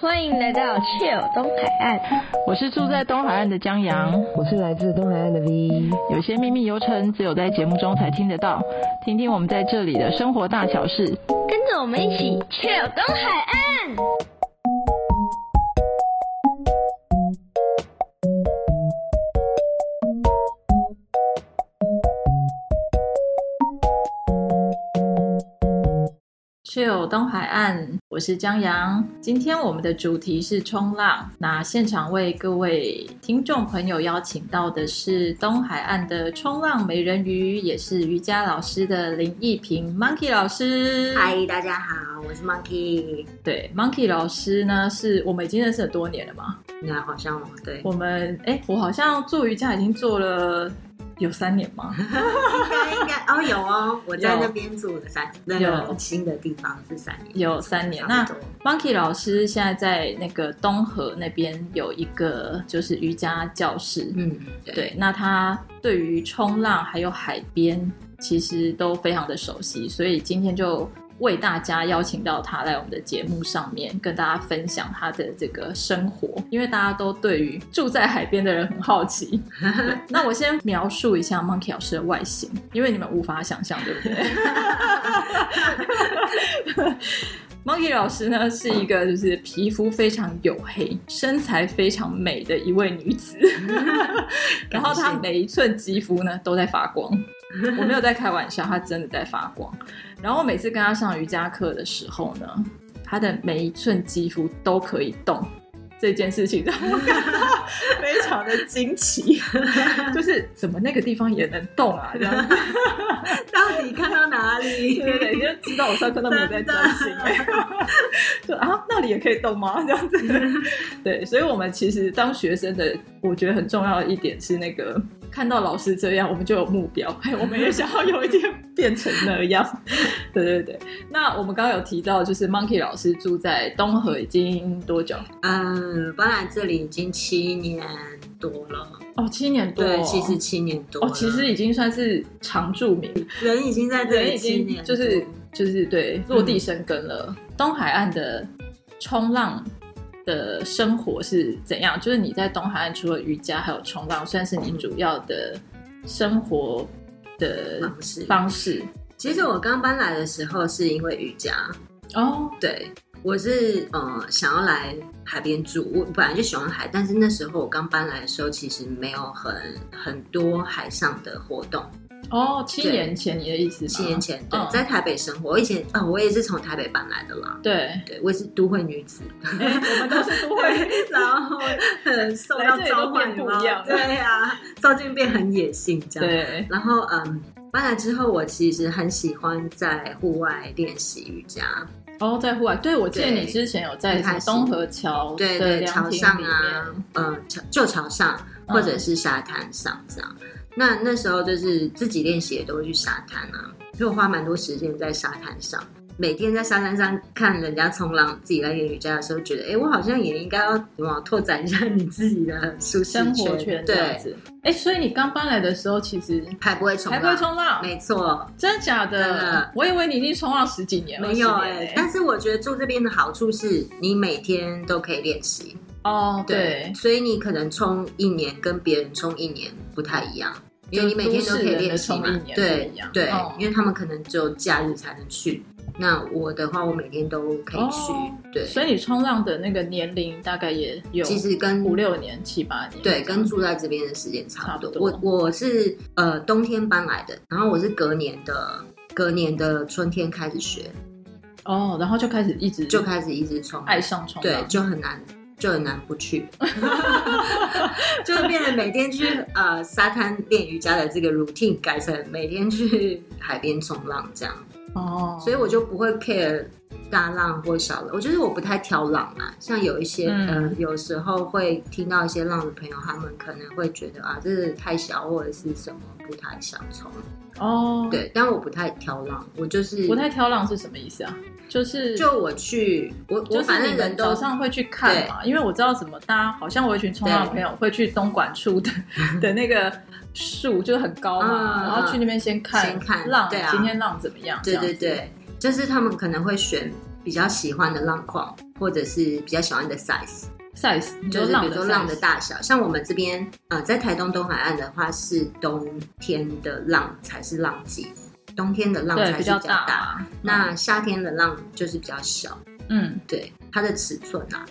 欢迎来到 Chill 东海岸，我是住在东海岸的江阳，我是来自东海岸的 V，有些秘密游程只有在节目中才听得到，听听我们在这里的生活大小事。跟着我们一起 Chill 东海岸。 Chill 东海岸，我是江阳。今天我们的主题是冲浪，那现场为各位听众朋友邀请到的是东海岸的冲浪美人鱼，也是瑜伽老师的林逸平 Monkey 老师。嗨，大家好，我是 Monkey。对，Monkey 老师呢，是我们已经认识很多年了嘛？那好像哦对，我们哎，我好像做瑜伽已经做了有三年吗？应该应该哦有哦，我在有那边住了三，那有个新的地方是三年，有三年差不多 Monkey 老师现在在那个东河那边有一个就是瑜伽教室，嗯，对对，那他对于冲浪还有海边其实都非常的熟悉，所以今天就为大家邀请到他来我们的节目上面跟大家分享他的这个生活，因为大家都对于住在海边的人很好奇。 对那我先描述一下 Monkey 老师的外形，因为你们无法想象，对不对？Monkey 老师呢是一个就是皮肤非常黝黑、身材非常美的一位女子，然后她每一寸肌肤呢都在发光，我没有在开玩笑，她真的在发光。然后每次跟她上瑜伽课的时候呢，她的每一寸肌肤都可以动，这件事情让我感到非常的惊奇，就是怎么那个地方也能动啊，这样子。到底看到哪里？对 对对，就知道我上课都没有在专心、 欸，就啊，那里也可以动吗？这样子， 对，所以我们其实当学生的，我觉得很重要的一点是那个。看到老师这样，我们就有目标，哎，我们也想要有一天变成那样。 对对对，那我们刚刚有提到，就是 Monkey 老师住在东河已经多久？嗯，搬来这里已经七年多了，哦，七年多、对，其实七年多哦，了，其实已经算是常住民，人已经在这人里已七年经多，嗯就是就是对落地生根了。东海岸的冲浪的生活是怎样？就是你在东海岸除了瑜伽还有冲浪，算是你主要的生活的方式。方式哦其实我刚搬来的时候是因为瑜伽，哦。对，我是呃想要来海边住，我本来就喜欢海，但是那时候我刚搬来的时候，其实没有很很多海上的活动。哦，七对年前你的意思吗？七年前，对，嗯在台北生活，我以前啊、我也是从台北搬来的啦。对，对，我也是都会女子，哎我们都是都会。对，然后很受来到这里召都唤，变有不没有一样了对啊，照见变很野性这样。对，然后嗯，搬来之后，我其实很喜欢在户外练习瑜伽，哦，在户外，对我记得对你之前有在一什么开始东河桥对的对，凉桥亭上里啊面，，嗯，桥旧桥上嗯或者是沙滩上这样。那那时候就是自己练习也都会去沙滩啊，所以我花蛮多时间在沙滩上。每天在沙滩上看人家冲浪，自己来练瑜伽的时候，觉得哎、诶我好像也应该要往拓展一下你自己的舒适生活圈这样对，子。哎、所以你刚搬来的时候，其实还不会冲还浪，不会冲浪，啊没错，啊真假的？真的我以为你已经冲浪十几年，没有20哎、年诶欸但是我觉得住这边的好处是你每天都可以练习，哦，对，所以你可能冲一年跟别人冲一年不太一样，因为你每天都可以练习就都市人的冲嘛一。年对不一样对哦，因为他们可能只有假日才能去。那我的话，我每天都可以去哦。对，所以你冲浪的那个年龄大概也有其实跟五六年、七八年，对跟住在这边的时间差不差多。不多我我是呃冬天搬来的，然后我是隔年的隔年的春天开始学，哦，然后就开始一直就开始一直冲。爱上冲对浪，，就很难，就很难不去， 就变得每天去呃沙滩练瑜伽的这个 routine 改成每天去海边冲浪这样，哦，所以我就不会 care 大浪或小浪，我就是我不太挑浪啊，像有一些、嗯呃有时候会听到一些浪的朋友，他们可能会觉得啊这是太小或者是什么不太想冲，哦，，对，但我不太挑浪，我就是不太挑浪是什么意思啊？就是就我去我我就反是你正人们都早上会去看嘛，因为我知道什么，大家好像我有一群冲浪的朋友会去东莞处的 的那个树，就是很高嘛，嗯然后去那边先看先看浪，对啊今天浪怎么样？对对这样子，对，就是他们可能会选比较喜欢的浪况，或者是比较喜欢的 size， size，你就说是比浪如的说 size 浪的大小。像我们这边，呃，在台东东海岸的话，是冬天的浪才是浪季，冬天的浪对才是比比较较大嘛，那夏天的浪就是比较小，嗯，对它的尺寸啊，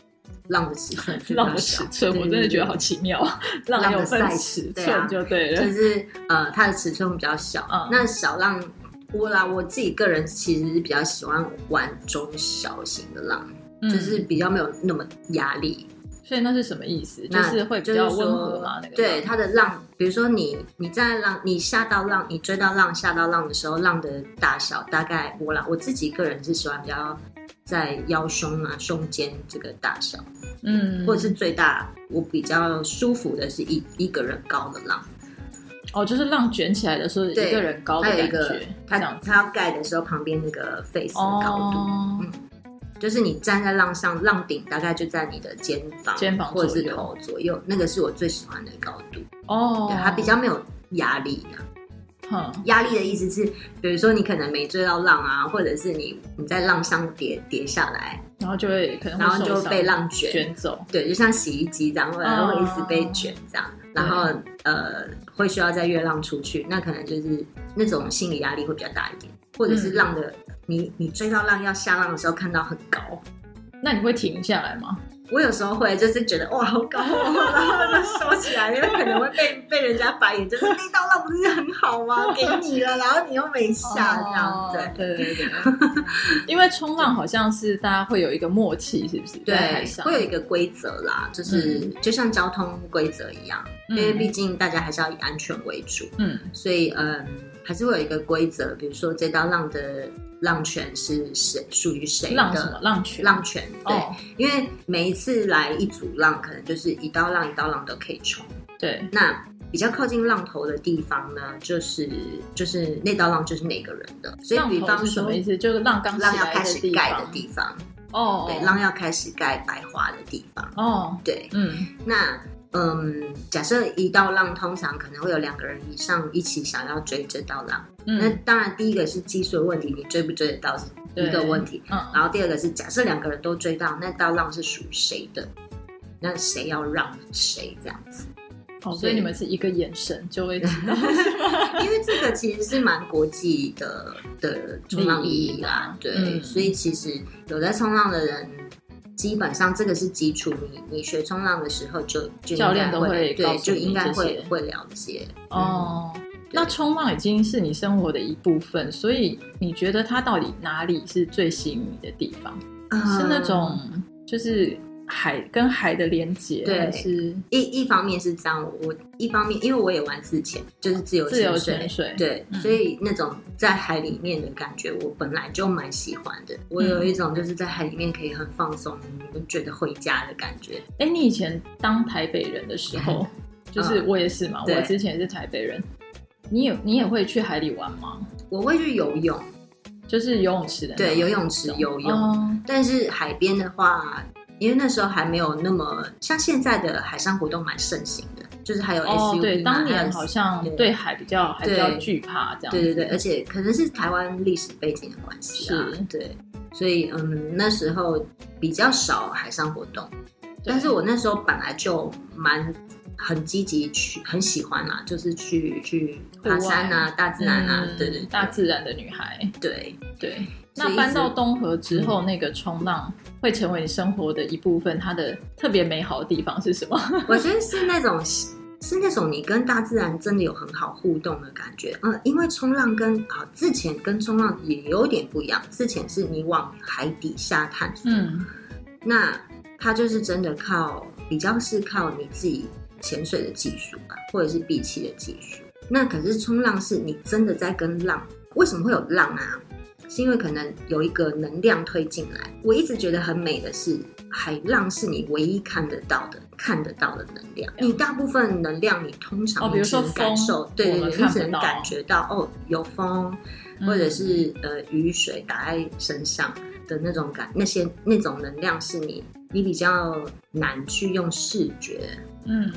浪的尺寸就比 较小，浪的尺寸对我真的觉得好奇妙，啊浪有分浪的 size，尺对寸啊就对了，就是呃，它的尺寸比较小。嗯那小浪，我啦，我自己个人其实是比较喜欢玩中小型的浪，嗯就是比较没有那么压力，所以那是什么意思？就那是会比较就是温说和嘛，那个对浪它的浪，比如说你你在浪，你下到浪，你追到浪，下到浪的时候，浪的大小大概我啦，我自己个人是喜欢比较在腰胸啊、胸肩这个大小，嗯，或者是最大，我比较舒服的是一一个人高的浪。哦，就是浪卷起来的时候，一对个人高的还有感一个觉，它这样子它要盖的时候，旁边那个 face 的高度，哦，就是你站在浪上，浪顶大概就在你的肩膀、肩膀或者是左右头左右，那个是我最喜欢的高度，哦对，它比较没有压力、啊。嗯压力的意思是，比如说你可能没追到浪啊，或者是你你在浪上跌跌下来，然后就会可能会然后就受伤被浪卷卷走，对，就像洗衣机这样，会哦会一直被卷这样，然后嗯呃会需要在月浪出去，那可能就是那种心理压力会比较大一点，或者是嗯浪的、你你追到浪要下浪的时候看到很高，那你会停下来吗？我有时候会就是觉得哇好高、哦，然后就收起来，因为可能会被被人家白眼，就是那道浪不是很好吗？给你了，然后你又没下这哦样，对。对对对对， 因为冲浪好像是大家会有一个默契，是不是？在海对，上会有一个规则啦，就是、嗯就像交通规则一样，因为毕竟大家还是要以安全为主，嗯所以嗯，还是会有一个规则，比如说这道浪的浪权是谁属于谁嗯浪什么的浪卷浪权，对，哦因为每一次来一组浪，可能就是一道浪一道浪都可以冲，对那。比较靠近浪头的地方呢，就是就是那道浪就是那个人的，所以浪比头方是什说么意思？就是浪刚浪起要来开的始地盖的方地方，哦，对，浪要开始盖百花的地方，哦，对，嗯那嗯，假设一道浪通常可能会有两个人以上一起想要追这道浪，那嗯当然第一个是技术的问题，你追不追得到是一个对问题，嗯，然后第二个是假设两个人都追到，那道浪是属于谁的？那谁要让谁这样子？哦，所以你们是一个眼神就 会知道，因为这个其实是蛮国际的的冲浪意义啦，对，嗯所以其实有在冲浪的人，基本上这个是基础。你你学冲浪的时候就，就应该教练都会会告对，诉就你应该这会些会了解。哦。那冲浪已经是你生活的一部分，所以你觉得它到底哪里是最吸引你的地方？嗯是那种就是海跟海的连接，对还是一一方面是这样，我一方面因为我也玩自潜，就是自由自由潜潜水对，嗯所以那种在海里面的感觉，我本来就蛮喜欢的。我嗯有一种就是在海里面可以很放松，我觉得回家的感觉。哎、你以前当台北人的时候，就是我也是嘛，嗯对我之前也是台北人，你也你也会去海里玩吗？我会去游泳，就是游泳池的那种对，游泳池游泳。哦但是海边的话，因为那时候还没有那么像现在的海上活动蛮盛行的，就是还有 SUP 哦，嘛、对，当还有年好像对对海比较还比较对惧怕这样子，对对对，而且可能是台湾历史背景的关系啊是，对，所以嗯，那时候比较少海上活动，对但是我那时候本来就蛮很积极去，很喜欢啦、就是去去爬山啊、大自然啊，嗯对对对大自然的女孩，对，对。所以那一搬直到东河之后，嗯那个冲浪会成为你生活的一部分，它的特别美好的地方是什么？我觉得是那种。是那种你跟大自然真的有很好互动的感觉，嗯，因为冲浪跟啊之前跟冲浪也有点不一样，之前是你往海底下探索，嗯，那它就是真的靠比较是靠你自己潜水的技术吧，或者是闭气的技术。那可是冲浪是你真的在跟浪，为什么会有浪啊？是因为可能有一个能量推进来。我一直觉得很美的是，海浪是你唯一看得到的、看得到的能量。你大部分能量，你通常啊哦比如你只能说风感受，对我对们对，看你不只能到感觉到哦，有风，嗯或者是呃雨水打在身上的那种感，那些那种能量是你你比较难去用视觉，嗯，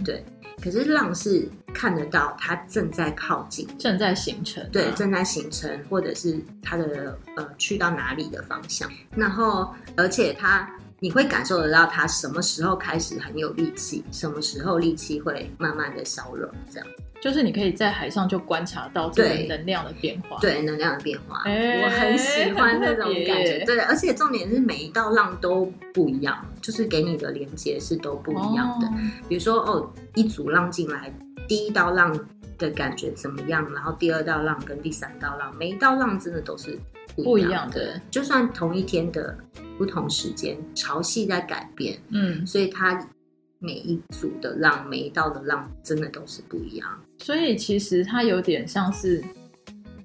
可是浪是看得到它正在靠近，正在形成啊，对，正在形成或者是它的呃去到哪里的方向，然后而且它你会感受得到他什么时候开始很有力气，什么时候力气会慢慢的消融，这样就是你可以在海上就观察到这个对能量的变化。，对能量的变化，哎我很喜欢那种感很特觉。别 对，而且重点是每一道浪都不一样，就是给你的连接是都不一样的。哦比如说哦，一组浪进来，第一道浪的感觉怎么样，然后第二道浪跟第三道浪，每一道浪真的都是不不一一样样的。的，就算同一天的不同时间，潮汐在改变，嗯，所以它每一组的浪，每一道的浪真的都是不一样。所以其实它有点像是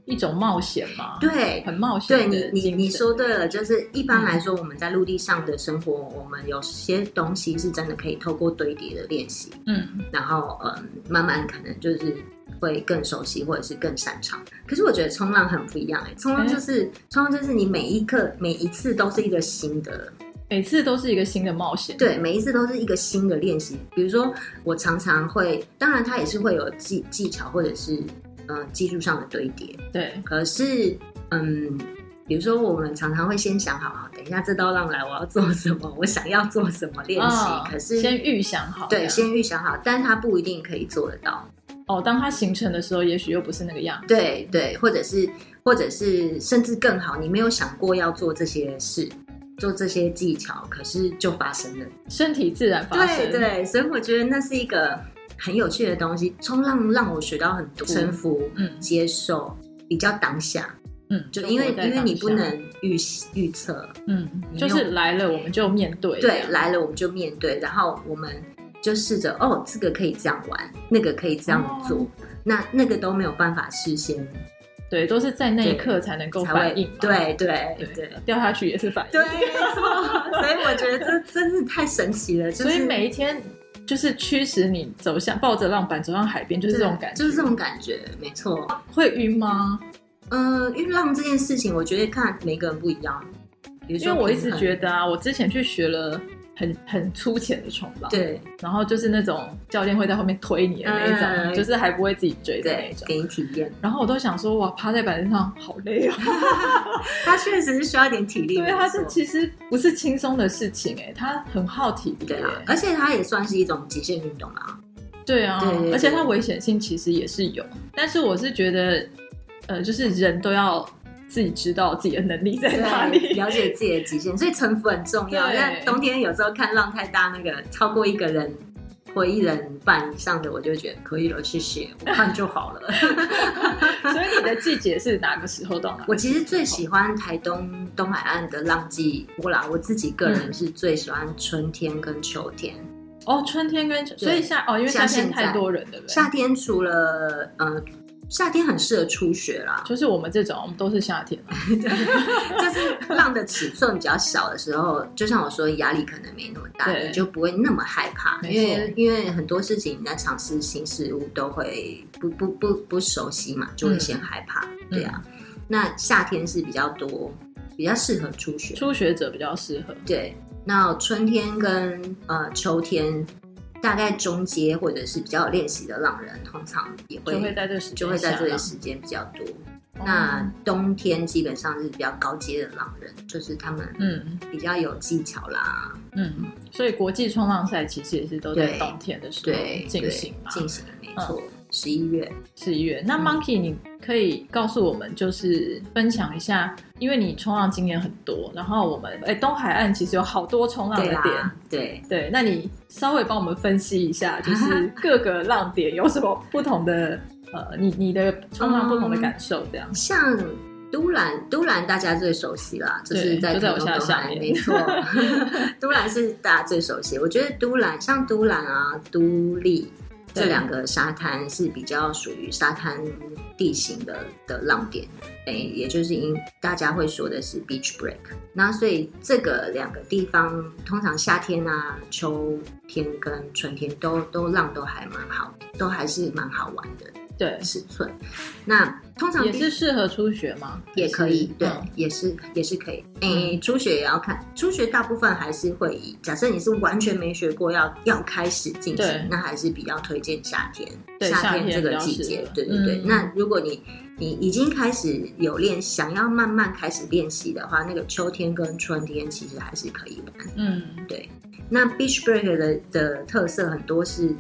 一种冒险嘛，，对，很冒险对的你，你精你神嗯说对了，就是一般来说，我们在陆地上的生活，我们有些东西是真的可以透过堆叠的练习，嗯，然后嗯，慢慢可能就是会更熟悉或者是更擅长。可是我觉得冲浪很不一样哎、冲浪就是、冲浪就是你每一刻每一次都是一个新的，每次都是一个新的冒险，，对，每一次都是一个新的练习。比如说我常常会，当然它也是会有技技巧或者是嗯技术上的堆叠，对，可是，嗯，比如说我们常常会先想好，好等一下这道浪来，我要做什么，我想要做什么练习。嗯可是先预想好，这对，样先预想好，但它不一定可以做得到。哦，当它形成的时候，也许又不是那个样子，对对，或者是或者是甚至更好，你没有想过要做这些事。做这些技巧，可是就发生了。身体自然发生，，对对，所以我觉得那是一个很有趣的东西。冲浪让我学到很多，臣服、嗯接受，比较当下。嗯，就因为活在因为你当不下，能预预测，嗯，你就没有是来了我们就面对，这对，样，来了我们就面对，然后我们就试着哦，这个可以这样玩，那个可以这样做，哦那那个都没有办法事先对，都是在那一刻才能够才反会应嘛，对对对对对，掉下去也是反应，对，没错。所以我觉得这真是太神奇了，就是所以每一天就是驱使你走向抱着浪板走向海边，就是这种感觉。就是这种感觉，没错。会晕吗？嗯，因为浪这件事情，我觉得看每个人不一样。比如因说为平我衡，一直觉得啊，我之前去学了很很粗浅的冲浪，，对然后就是那种教练会在后面推你的那一种，嗯就是还不会自己追的那对一，种。给你体验，然后我都想说，哇，趴在板子上好累哦。它确实是需要一点体力。 对，它没是错其实不是轻松的事情哎，它很耗体力对耶。啊，而且它也算是一种极限运动啦。对啊，对对对而且它危险性其实也是有，但是我是觉得，呃，就是人都要自己知道自己的能力在哪对里。了解自己的极限，所以城府很重要。对那冬天有时候看浪太大，那个超过一个人或一人半以上的，我就觉得可以了，谢谢，我看就好 了。 所以你的季节是哪个时候到哪个时候？我其实最喜欢台东东海岸的浪季，我啦，我自己个人是最喜欢春天跟秋天。哦，春天跟所以夏哦，因为夏像天现在太多人，对不对？夏天除了呃，夏天很适合初雪啦，就是我们这种，我们都是夏天嘛。就是浪的尺寸比较小的时候，就像我说，压力可能没那么大，对你就不会那么害怕，没因错为因为很多事情你在尝试新事物都会不不不不熟悉嘛，就会先害怕，嗯对啊。那夏天是比较多，比较适合初学，初学者比较适合。对。那春天跟呃秋天，大概中阶或者是比较有练习的浪人，通常也会就会在这时间就会在这下个浪时间比较多。哦那冬天基本上是比较高阶的浪人，就是他们嗯比较有技巧啦，嗯，所以国际冲浪赛其实也是都在对冬天的时对，候进对行嗯嘛，进行没错，十一、月，十一月。那嗯 Monkey，你可以告诉我们，就是分享一下，因为你冲浪经验很多，然后我们哎东海岸其实有好多冲浪的对点，啦，对。对，那你稍微帮我们分析一 下，就是各个浪点有什么不同的呃，你你的冲浪不同的感受这样。像都兰，都兰大家最熟悉啦，就对是在就在我屏东下东下海面没 错，都兰是大家最熟悉。我觉得都兰，像都兰啊、都立对这两个沙滩是比较属于沙滩地形的的浪点，诶、也就是因大家会说的是 beach break。那所以这个两个地方，通常夏天啊、秋天跟春天都都浪都还蛮好，都还是蛮好玩的。对，尺寸。那通常也第是适合初学吗？也可以，对，嗯也是也是可以。诶、初学也要看，初学大部分还是会以，假设你是完全没学过要，要开始进对行，那还是比较推荐夏天，对夏天这比个较季适节合，对对对。嗯那如果你你已经开始有练，想要慢慢开始练习的话，那个秋天跟春天其实还是可以玩。嗯，那 Beach Break 的的特色很多是，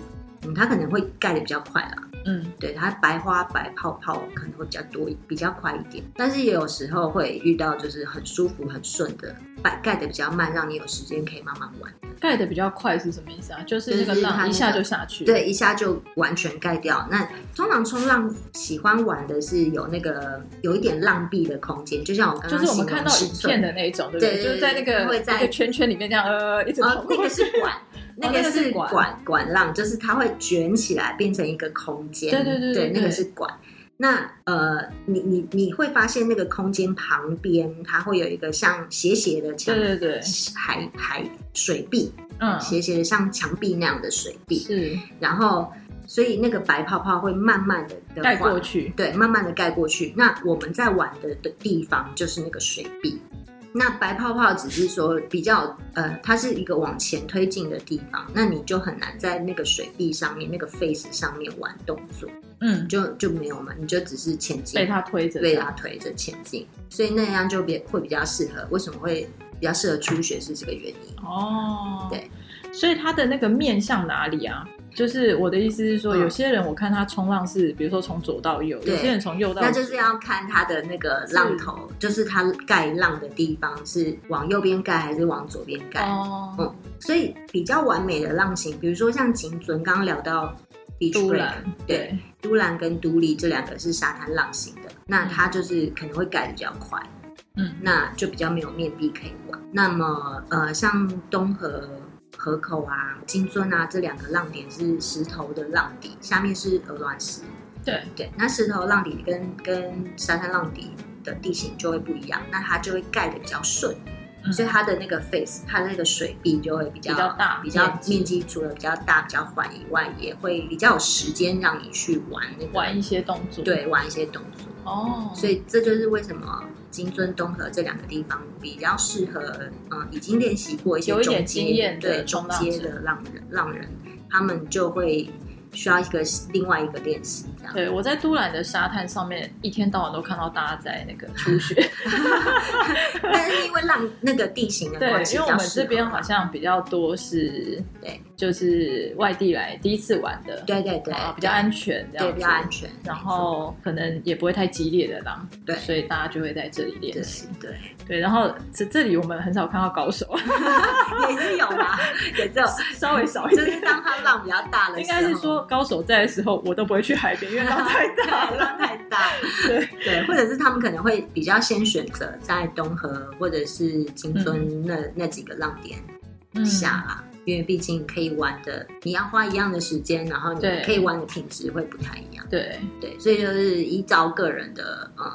嗯，它可能会盖的比较快啦，嗯，对它白花白泡泡可能会比较多，比较快一点，但是也有时候会遇到就是很舒服很顺的，摆盖的比较慢，让你有时间可以慢慢玩。盖的比较快是什么意思啊？就是就是那个它那浪个一下就下去，，对，一下就完全盖掉。那通常冲浪喜欢玩的是有那个有一点浪壁的空间，就像我刚就刚是我们形容看到尺影片寸的那一种，对不对对？对对就是在那它个会在一个圈圈里面这样，呃，一直跑 哦，那过个去，是管，那那个个是是管管管浪，就是它会卷起来变成一个空间。对对对对那个对是管。那呃，你你你会发现那个空间旁边，它会有一个像斜斜的墙，对对对，海海水壁，嗯，斜斜的像墙壁那样的水壁，是然后所以那个白泡泡会慢慢的盖过，去，对，慢慢的盖过去。那我们在玩的的地方就是那个水壁。那白泡泡只是说比较呃，它是一个往前推进的地方，那你就很难在那个水壁上面、那个 face 上面玩动作，嗯，就就没有嘛，你就只是前进，被它推着，被它推着前进，所以那样就比会比较适合。为什么会比较适合初学是这个原因？哦，对，所以它的那个面向哪里啊？就是我的意思是说，嗯有些人我看他冲浪是，比如说从左到右，对有些人从右到左，哦那就是要看它的那个浪头，就是它盖浪的地方是往右边盖还是往左边盖。哦，所以比较完美的浪型，比如说像景尊刚刚聊到 beach 突 break，然，对，都兰跟都丽这两个是沙滩浪型的，那它就是可能会盖得比较快，嗯，那就比较没有面壁可以玩。那么呃，像东河。河口啊，金尊啊，这两个浪点是石头的浪底，下面是鹅卵石。对，对，那石头浪底跟跟沙滩浪底的地形就会不一样，那它就会盖得比较顺，嗯所以它的那个 face，它的那个水壁就会比较比较大比较面积面积除了比较大、比较缓以外，也会比较有时间让你去玩那个玩一些动作，，对玩一些动作。哦，所以这就是为什么金尊东河这两个地方比较适合，嗯，已经练习过一些有一中点阶经验的对冲中浪阶者的浪人浪人，他们就会需要一个另外一个练习这样。对，我在都兰的沙滩上面，一天到晚都看到大家在那个初学， 但是因为浪那个地形的对关，系，因为我们这边好嘛，像比较多是，对，就是外地来第一次玩的，对对对啊，比较安全，这样对子比较安全，然没错后可能也不会太激烈的浪，对所以大家就会在这里对练习。对对，然后这这里我们很少看到高手， 也是有啦，也是有，稍微少一 就是点。当它浪比较大的时候，应该是 说高手在的时候，我都不会去海边，因为浪太大对了。浪太大， 对 对，或者是他们可能会比较先选择在东河或者是金尊那、那几个浪点嗯下啦。因为毕竟可以玩的，你要花一样的时间，然后你对可以玩的品质会不太一样。对，对，所以就是依照个人的呃，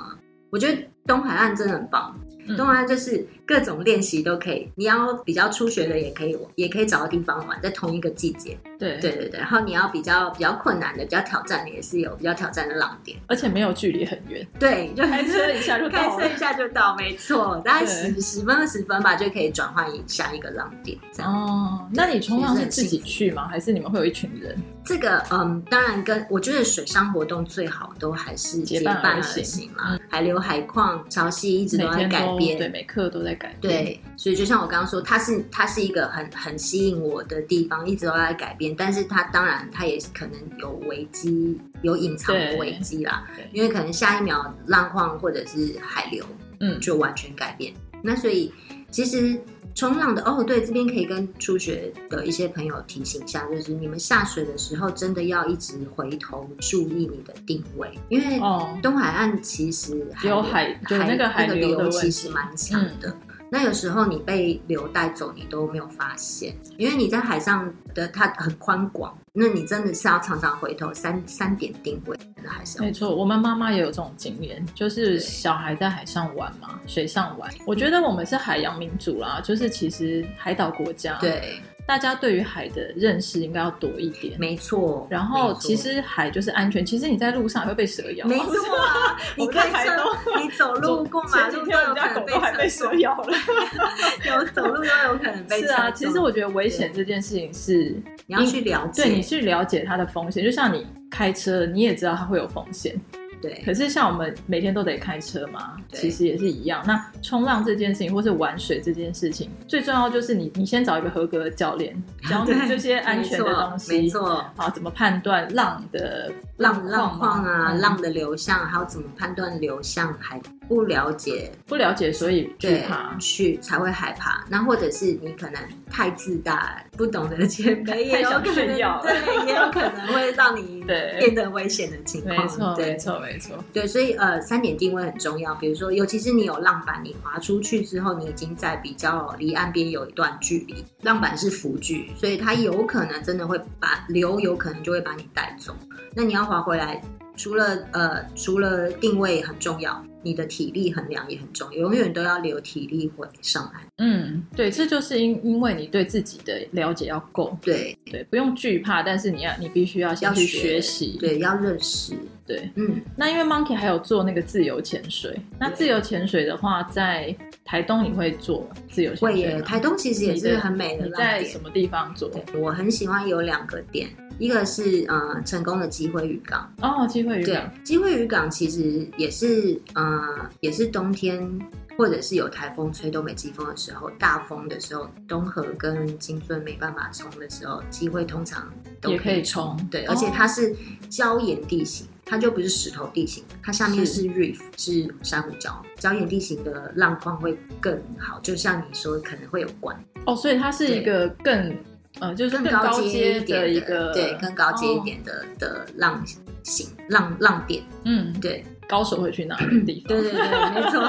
我觉得东海岸真的很棒。嗯东海岸就是各种练习都可以，你要比较初学的也可以玩，也可以找个地方玩，在同一个季节。对对对对，然后你要比较比较困难的、比较挑战的也是有比较挑战的浪点。而且没有距离很远，对，就开 车一下就开到车了一。下就到，没错，大概对十十分二十分吧，就可以转换一下一个浪点这样。哦，那你冲浪是自己去吗？还是你们会有一群人？这个嗯，当然跟我觉得水上活动最好都还是结结伴伴而而行嗯行啦。海流、海况、潮汐一直每都在天改都变，对，每刻都在改变。对，所以就像我刚刚说，它是它是一个很很吸引我的地方，一直都在改变，但是它当然它也可能有危机，有隐藏的对危机啦对，因为可能下一秒浪况或者是海流，嗯就完全改变。那所以其实冲浪的哦，对，这边可以跟初学的一些朋友提醒一下，就是你们下水的时候真的要一直回头注意你的定位，因为哦，东海岸其实有海有那个海那个流的问题其实蛮强嗯的。那有时候你被流带走，你都没有发现，因为你在海上的它很宽广，那你真的是要常常回头三三点定位，那还是要没错，我们妈妈也有这种经验，就是对小孩在海上玩嘛，水上玩。我觉得我们是海洋民族啦，就是其实海岛国家，，嗯对大家对于海的认识应该要多一点。没错。然后没错其实海就是安全，其实你在路上也会被蛇咬啊，没错 啊，你我开在台车，东你走路过马前几路都天我有们可家狗能都还被被蛇车咬了。 有走路都有可能被 是车啊，撞。其实我觉得危险这件事情是你要去了对你去解，了解它的风险，就像你开车，你也知道它会有风险。对可是像我们每天都得开车嘛，对其实也是一样。那冲浪这件事情，或是玩水这件事情，最重要就是你，你先找一个合格的教练，教你对这些安全的东没西。错。好，怎么判断浪的浪浪浪况啊，嗯浪的流向，还有怎么判断流向，还不了解，不了解，所以惧对怕，。去才会害怕。那或者是你可能太自大，不懂得谦卑，也 太有想可能炫耀了 对，也有可能会让你 对变得危险的情况。没错，对没错，没错。对，所以呃，三点定位很重要。比如说，尤其是你有浪板，你划出去之后，你已经在比较离岸边有一段距离。浪板是浮具，所以它有可能真的会把流，有可能就会把你带走。那你要划回来，除了呃，除了定位很重要，你的体力衡量也很重要，永远都要留体力回上岸。嗯，对，这就是因因为你对自己的了解要够，对，对，不用惧怕，但是你要你必须要先要去学学习，对，要认识。对。嗯，那因为 Monkey 还有做那个自由潜水，那自由潜水的话，在台东你会做自由潜会水耶，吗？台东其实也啊你是的很美的你浪在点什。么地方做？对我很喜欢有两个点，一个是呃成功的机会渔港，哦，机会渔对港，，机会渔港其实也是呃也是冬天或者是有台风吹东北季风的时候，大风的时候，东河跟金樽没办法冲的时候，机会通常都也可以冲，冲，对，哦而且它是礁岩地形。它就不是石头地形，嗯它下面是是 reef，是珊瑚礁。礁岩地形的浪况会更好，就像你说，可能会有管哦，所以它是一个更呃，就是更高阶一的点一个，对，更高阶一点的、的浪型浪浪点，哦，嗯，对，高手会去哪里的地方？对对对，没错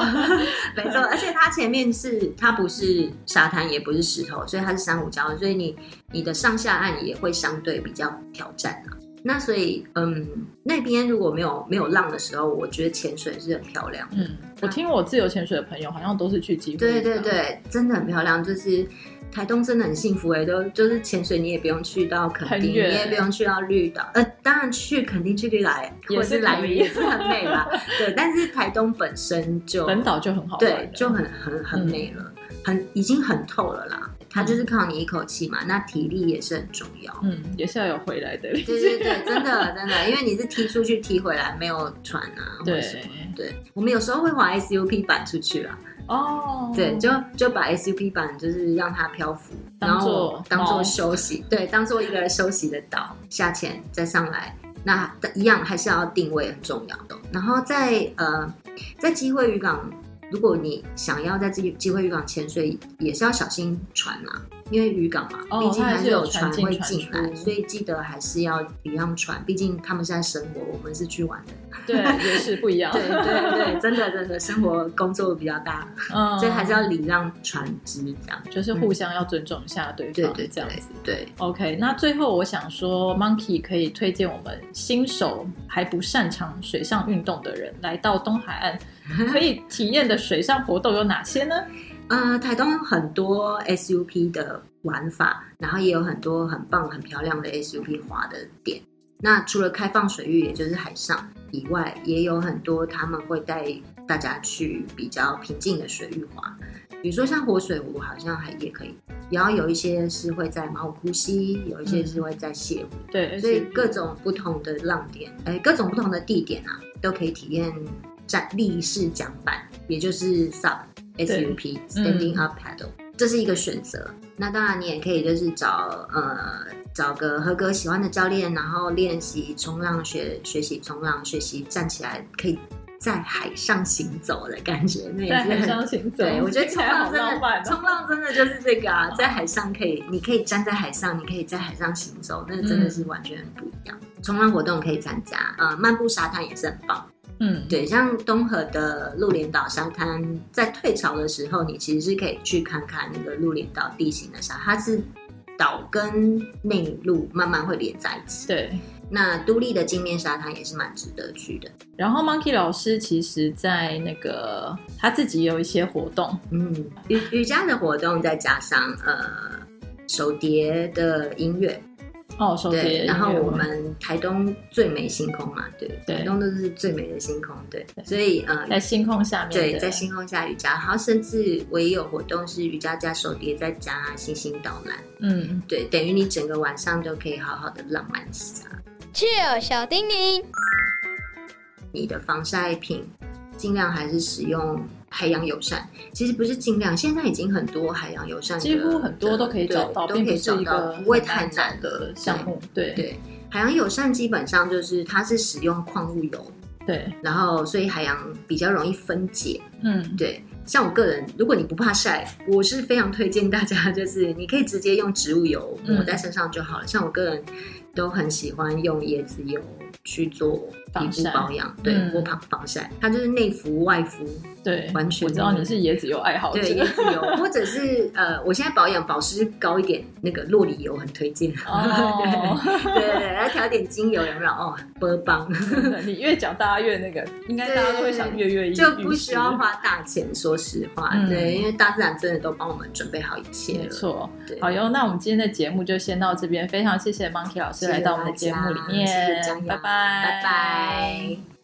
没错，而且它前面是它不是沙滩，也不是石头，所以它是珊瑚礁，所以你你的上下岸也会相对比较挑战啊。那所以，嗯，那边如果没有没有浪的时候，我觉得潜水是很漂亮的。嗯，我听我自由潜水的朋友好像都是去机会，对对，对，真的很漂亮，就是。台东真的很幸福哎、都就是潜水，你也不用去到垦丁，很你远也不用去到绿岛，呃，当然去垦丁、去绿岛或也者是是蓝可屿以也是很美啦。对，但是台东本身就本岛就很好玩了，对，就很很很美了，很已经很透了啦。它就是靠你一口气嘛，那体力也是很重要。嗯，也是要有回来的力气，对对对，真的真的，因为你是踢出去踢回来，没有船啊，或者什么对对，我们有时候会滑 SUP 板出去啊啦，哦，对，就就把 SUP 板就是让它漂浮，当然后作当锚做休息，对，当做一个休息的岛下潜再上来。那一样还是要定位很重要的。然后在呃，在机会渔港，如果你想要在机机会渔港潜水，也是要小心船啊，因为渔港嘛，哦毕竟它还还是是有有船船进会船进来，出所以记得还是要礼让船，毕竟他们是在生活，我们是去玩的。对，也是不一样，对 对对，真的真的，生活工作比较大，嗯，所以还是要礼让船只这样。啊就是互相要尊重一下对方，嗯对对，这样子。对 OK，那最后我想说，Monkey 可以推荐我们新手还不擅长水上运动的人来到东海岸， 可以体验的水上活动有哪些呢？呃，台东有很多 SUP 的玩法，然后也有很多很棒、很漂亮的 SUP 滑的点。那除了开放水域，也就是海上以外，也有很多他们会带大家去比较平静的水域滑，比如说像活水湖，好像还也可以。然后有一些是会在马武窟溪，有一些是会在泻湖，对，所以各种不同的浪点，哎，各种不同的地点啊，都可以体验展立式桨板，也就是 SUP 对 SUP Standing Up Paddle，、这是一个选择。那当然，你也可以就是找呃找个合格喜欢的教练，然后练习冲浪，学学习冲浪，学习站起来可以在海上行走的感觉，那也在是海很上行走，对，我觉得听冲起来浪好真浪的，漫哦。冲浪真的就是这个啊，在海上可以，你可以站在海上，你可以在海上行走，那真的是嗯完全不一样。冲浪活动可以参加，呃，漫步沙滩也是很棒。嗯，对，像东河的鹿连岛沙滩，在退潮的时候，你其实是可以去看看那个鹿连岛地形的沙滩，它是岛跟内陆慢慢会连在一起。对。那都立的镜面沙滩也是蛮值得去的。然后 Monkey 老师其实，在那个他自己有一些活动，嗯，瑜瑜伽的活动再加上呃手碟的音乐，哦，手机也对，有然后我们台东最美星空嘛，对，对台东都是最美的星空，对，所以呃，在星空下面的，对，在星空下瑜伽，然后甚至我也有活动是瑜伽加手碟，再加星星导览，嗯，对，等于你整个晚上都可以好好的浪漫一下。 ，Chill 小叮咛，你的防晒品尽量还是使用海洋友善，其实不是尽量，现在已经很多海洋友善的，几乎很多都可以对找到，都并可不以是找一到，个不会很太找难的项目，对对，海洋友善基本上就是它是使用矿物油，对，然后所以海洋比较容易分解。嗯，对，像我个人，如果你不怕晒，我是非常推荐大家，就是你可以直接用植物油嗯抹在身上就好了。像我个人都很喜欢用椰子油去做皮防肤晒保养，对，嗯或防防晒，它就是内服外敷。对，完全我知道你是椰子油爱好者，对，椰子油，或者是呃，我现在保养保湿高一点，那个洛里油很推荐。 哦，对对对，来调点精油有没有？哦，波 棒。真的你越讲大家越那个，应该大家都会想跃跃欲就试，不需要花大钱，说实话，嗯对，因为大自然真的都帮我们准备好一切没了。错，对好哟，那我们今天的节目就先到这边，非常谢谢 Monkey 老师谢谢来到我们的节目里面大家谢谢江，阳拜拜，拜拜。